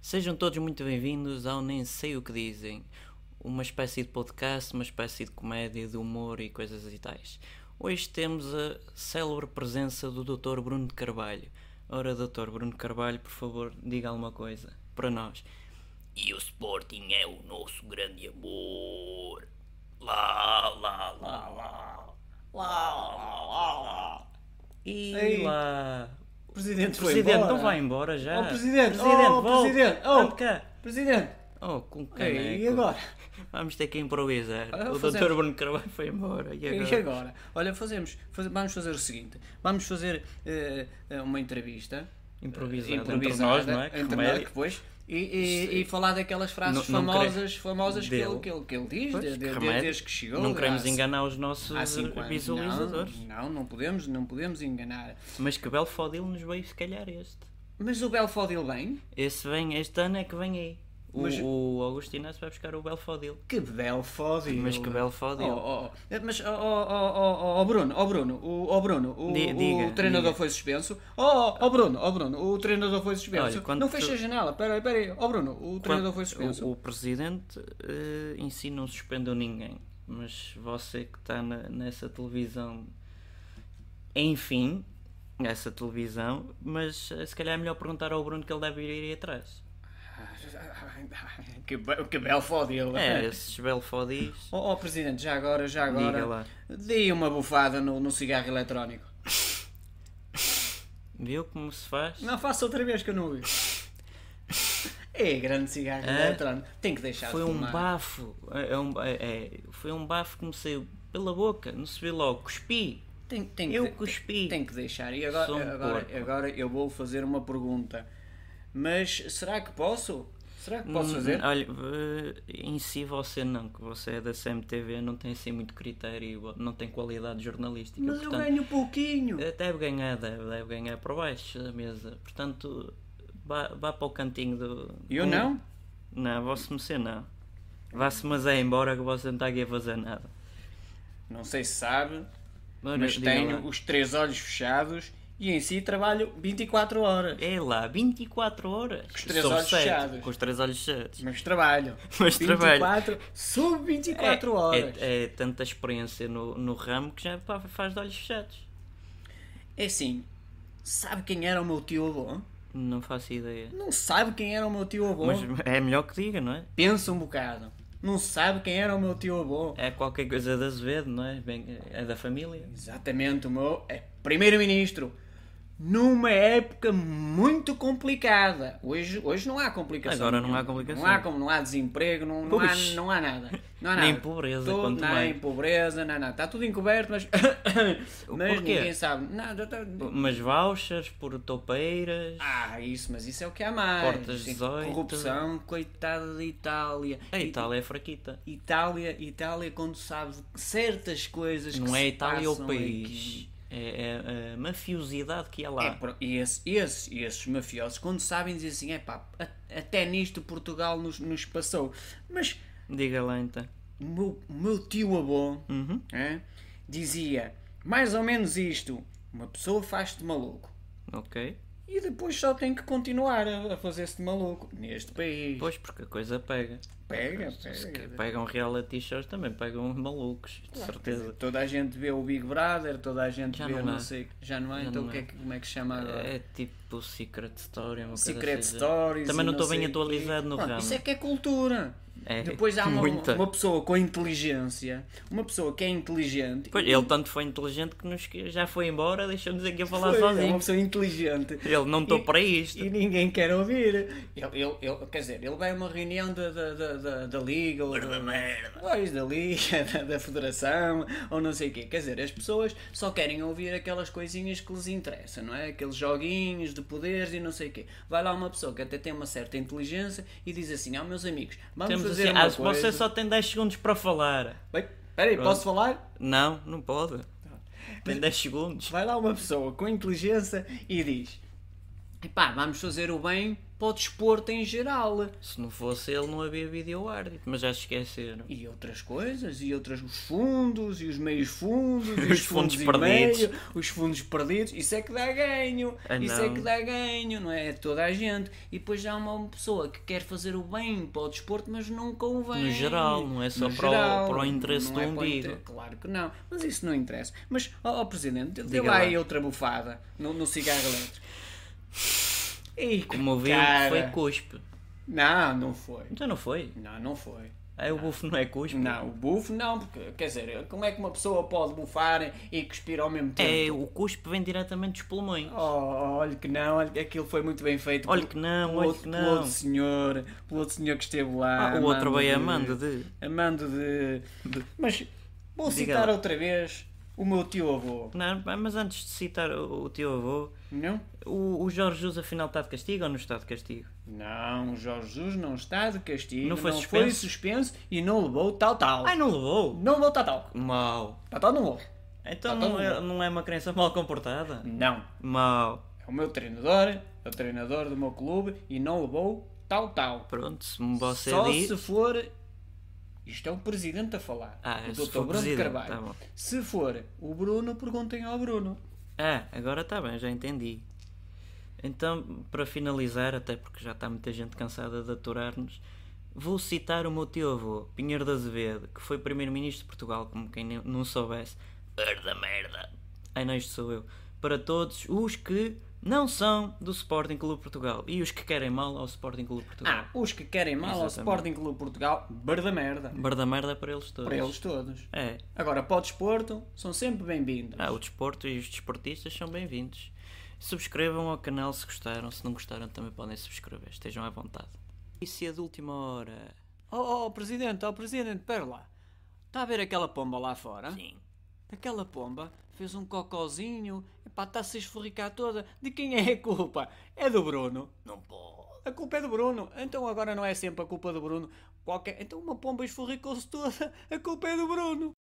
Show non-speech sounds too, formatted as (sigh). Sejam todos muito bem-vindos ao Nem Sei O Que Dizem, uma espécie de podcast, uma espécie de comédia, de humor e coisas e tais. Hoje temos a célebre presença do Dr. Bruno de Carvalho. Ora, Dr. Bruno de Carvalho, por favor, diga alguma coisa para nós. E o Sporting é o nosso grande amor. Lá, lá, lá, lá. Lá, lá, lá, lá. E Ei, lá! O presidente foi Presidente, embora. não vai embora já! Oh, presidente, oh, volta, presidente, oh. ande cá. Presidente, Oh, com Ei, caneco. e agora? (laughs) Vamos ter que improvisar. Ah, o fazemos. Dr. Bruno Carvalho foi embora. E agora? E agora? Olha, fazemos, faz- vamos fazer o seguinte: vamos fazer eh, eh, uma entrevista Improvisado. Entre improvisada nós, não é? Que entre nós, comédia. que pois, e, e- e falar daquelas frases Não- não creio. famosas, famosas que, Dele. ele, que, ele, que ele diz Pois, de- que de- de- remédio. desde que chegou. Não queremos há- enganar os nossos há cinco anos. visualizadores. Não, não, não podemos, não podemos enganar. Mas que belo fodil nos veio, se calhar, este. Mas o Belfodil bem? Esse vem, este ano é que vem aí. O, Mas- o Augusto Inácio vai buscar o belo fodil. Que Belfodil! Mas que belo Oh, fodil. oh, oh. Mas, oh, oh, oh, oh, oh, Bruno, oh Bruno, o, oh Bruno, o, Di- diga, o treinador diga. foi suspenso. Oh, Oh, oh Bruno, oh Bruno, o treinador foi suspenso. Olha, quando não tu- fecha a janela, peraí, peraí. Oh Bruno, o treinador foi suspenso. o, o presidente eh, em si não suspendeu ninguém. Mas você que está na- nessa televisão, enfim, nessa televisão, mas eh, se calhar é melhor perguntar ao Bruno que ele deve ir, ir atrás. (laughs) Que, be- que belo fodil. É, esses belo fodis. Oh, oh, Presidente, já agora, já Diga lá. agora. Dê uma bufada no, no cigarro eletrónico. Viu como se faz? Não faça outra vez que eu não (laughs) ouvi. É grande cigarro É? eletrónico. Tem que deixar Foi de um fumar. bafo. É, é um- é- é, foi um bafo que me saiu pela boca. Não se vê logo. Cuspi. Tem, tem Eu que, de- cuspi. Tem que deixar. E Sou um agora, agora, porco. agora eu vou fazer uma pergunta. Mas será que posso? Será que posso Hum, fazer? Olha, eh, em si você não, que você é da CMTV, não tem assim muito critério, não tem qualidade jornalística. Mas eu portanto, ganho pouquinho. eh, Deve ganhar, deve, deve ganhar para baixo da mesa. Portanto, vá, vá para o cantinho do. Eu do- não? Não, você não sei não. Vá-se, mas é embora que você não está aqui a fazer nada. Não sei se sabe, Ora, mas diga lá. tenho os três olhos fechados e em si trabalho 24 horas. É lá, 24 horas. Com os três olhos fechados. Com os três olhos fechados. Mas trabalho. (laughs) Mas 24, trabalho. Sub 24 É- horas. É, É, é tanta experiência no, no ramo que já pá, faz de olhos fechados. assim, sabe quem era o meu tio avô? Não faço ideia. Não sabe quem era o meu tio avô? Mas é melhor que diga, não é? Pensa um bocado. Não sabe quem era o meu tio avô? É qualquer coisa de Azevedo, não é? Bem, é da família. Exatamente, o meu é primeiro-ministro. Numa época muito complicada. Hoje, hoje não há complicação. Agora não nenhuma. há complicação. Não há, como, não há desemprego, não, não, há, Pois. não há nada. Não há nada. Nem pobreza, Tudo- quanto nem mais. pobreza, não há nada. Está tudo (coughs) encoberto, mas, mas porquê? ninguém sabe. Nada, tá- Mas vouchers por toupeiras. Ah, isso, mas isso é o que há mais. Portas Sim, 18. Corrupção, coitada da Itália. A I- Itália é fraquita. Itália, Itália, quando sabe certas coisas que Não é se a Itália o passam aqui. país. É, é a mafiosidade que há lá. É, pro- e esse- esse- esses mafiosos, quando sabem, dizem assim: é pá, a- até nisto Portugal nos, nos passou. Mas Diga Uhum, lá então. o meu, o meu tio avô é, dizia mais ou menos isto: uma pessoa faz-te maluco Ok. e depois só tem que continuar a, a fazer-se de maluco neste país. Pois, porque a coisa pega. pega, Se que- pega. Pegam reality shows também, pegam malucos, de certeza. Toda a gente vê o Big Brother, toda a gente Já vê não não há. sei. Já não há, Já então não o que é há. que, como é que se chama agora? É tipo Secret Story, uma coisa Secret assim. Stories. Também e não estou sei bem o quê. atualizado no Pronto, ramo. Isso é que é cultura. É, Depois há uma, muita. uma pessoa com inteligência, uma pessoa que é inteligente. Pois, ele tanto foi inteligente que nos que- já foi embora, deixou-nos aqui a falar Foi, é uma sozinho. pessoa inteligente. Ele não estou E- para isto. E ninguém quer ouvir. Ele, ele- ele- quer dizer, ele vai a uma reunião da, da, da, da, da Liga ou da, merda. Pois, da Liga, da, da Federação, ou não sei o quê. Quer dizer, as pessoas só querem ouvir aquelas coisinhas que lhes interessam, não é? Aqueles joguinhos de poderes e não sei o quê. Vai lá uma pessoa que até tem uma certa inteligência e diz assim, ah, meus amigos, vamos Temos fazer assim, uma ah, coisa... você só tem 10 segundos para falar. Bem, peraí, posso falar? Não, não pode. Tem 10 segundos. Vai lá uma pessoa com inteligência e diz... Epá, vamos fazer o bem para o desporto em geral. Se não fosse ele, não havia vídeo árbitro, mas já se esqueceram. E outras coisas, e outros os fundos, e os meios fundos, e (laughs) Os os fundos fundos, perdidos. perdidos, os fundos perdidos, isso é que dá ganho, Ah, isso é não. que dá ganho, não é? É Toda a gente. E depois já há uma pessoa que quer fazer o bem para o desporto, mas não convém. No geral, não é só No para o- geral, para o interesse um não do é para o umbigo. inter- Claro que não, mas isso não interessa. Mas, ó ó, Presidente, dê Diga lá lá. aí outra bufada no, no cigarro elétrico. Ei, Como viu, cara. foi cuspe. Não, não foi. Então não foi. Não, não foi. Aí o bufo não é cuspe. Não, o bufo não, porque quer dizer, como é que uma pessoa pode bufar e cuspir ao mesmo tempo? É, o cuspe vem diretamente dos pulmões. Oh, olha que não, olha que aquilo foi muito bem feito. Olha pelo- que não, pelo olha outro- que pelo não. outro senhor, pelo outro senhor que esteve lá. Ah, o outro amando bem de- amando de. Amando de. Mas vou Diga citar lá. outra vez o meu tio avô, Não, mas antes de citar o, o teu avô, não? o, o Jorge Jesus afinal está de castigo ou não está de castigo? Não, o Jorge Jesus não está de castigo, Não não foi foi, suspenso? suspenso e não levou tal tal. Ai, não levou! Não levou tal tal. Mau. Tal tal não levou. Então Tá tão não é, bom. não é uma crença mal comportada? Não. Mau. É o meu treinador, é o treinador do meu clube e não levou tal tal. Pronto, se me você Só diz. se for. Isto é o presidente a falar. Ah, o se for Dr. Bruno presidente, Carvalho. tá bom. se for o Bruno, perguntem ao Bruno. Ah, agora está bem, já entendi. Então, para finalizar, até porque já está muita gente cansada de aturar-nos, vou citar o meu tio avô, Pinheiro de Azevedo, que foi primeiro-ministro de Portugal, como quem não- não soubesse. Merda, merda. Ai não, isto sou eu. Para todos os que não são do Sporting Clube de Portugal e os que querem mal ao Sporting Clube de Portugal. Ah, os que querem mal ao Exatamente. Sporting Clube de Portugal, barda merda. Barda merda é para eles todos. Para eles todos. É. Agora, para o desporto, são sempre bem-vindos. Ah, o desporto e os desportistas são bem-vindos. Subscrevam ao canal se gostaram, se não gostaram também podem subscrever, estejam à vontade. E se é de última hora? Oh, oh, presidente, oh, presidente, pera lá. Está a ver aquela pomba lá fora? Sim. Aquela pomba fez um cocozinho, epá, está-se a esforricar toda. De quem é a culpa? É do Bruno. Não pode. A culpa é do Bruno. Então agora não é sempre a culpa do Bruno. Qualquer... Então uma pomba esforricou-se toda. A culpa é do Bruno.